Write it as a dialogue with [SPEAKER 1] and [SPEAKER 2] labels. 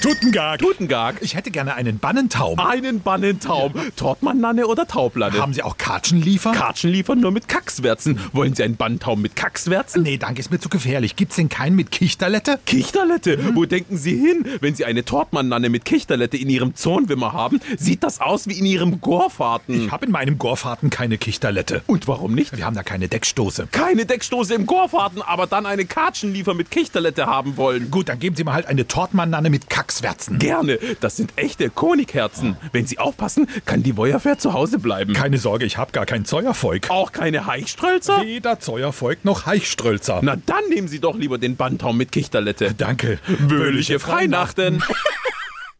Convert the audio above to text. [SPEAKER 1] Tutengag.
[SPEAKER 2] Tutengag.
[SPEAKER 1] Ich hätte gerne einen Bannentaum.
[SPEAKER 2] Einen Bannentaum. Tortmannlanne oder Taublanne?
[SPEAKER 1] Haben Sie auch Katschenliefer?
[SPEAKER 2] Katschen liefern nur mit Kackswerzen. Wollen Sie einen Bannentaum mit Kackswerzen?
[SPEAKER 1] nee, danke, ist mir zu gefährlich. Gibt's denn keinen mit Kichterlette?
[SPEAKER 2] Kichterlette, wo denken Sie hin? Wenn Sie eine Tortmannlanne mit Kichterlette in Ihrem Zornwimmer haben, sieht das aus wie in Ihrem Gorfaten.
[SPEAKER 1] Ich habe in meinem Gorfaten keine Kichterlette.
[SPEAKER 2] Und warum nicht?
[SPEAKER 1] Wir haben da keine Deckstoße.
[SPEAKER 2] Keine Deckstoße im Gorfaten, aber dann eine Katschenliefer mit Kichterlette haben wollen.
[SPEAKER 1] Gut, dann geben Sie mir halt eine Tortmannanne mit Kackswerzen.
[SPEAKER 2] Gerne, das sind echte Konigherzen. Wenn Sie aufpassen, kann die Woyerfair zu Hause bleiben.
[SPEAKER 1] Keine Sorge, ich habe gar kein Zeuervolk.
[SPEAKER 2] Auch keine Heichströlzer?
[SPEAKER 1] Weder Zeuervolk noch Heichströlzer.
[SPEAKER 2] Na dann nehmen Sie doch lieber den Bandtaum mit Kichterlette.
[SPEAKER 1] danke.
[SPEAKER 2] Fröhliche Freinachten!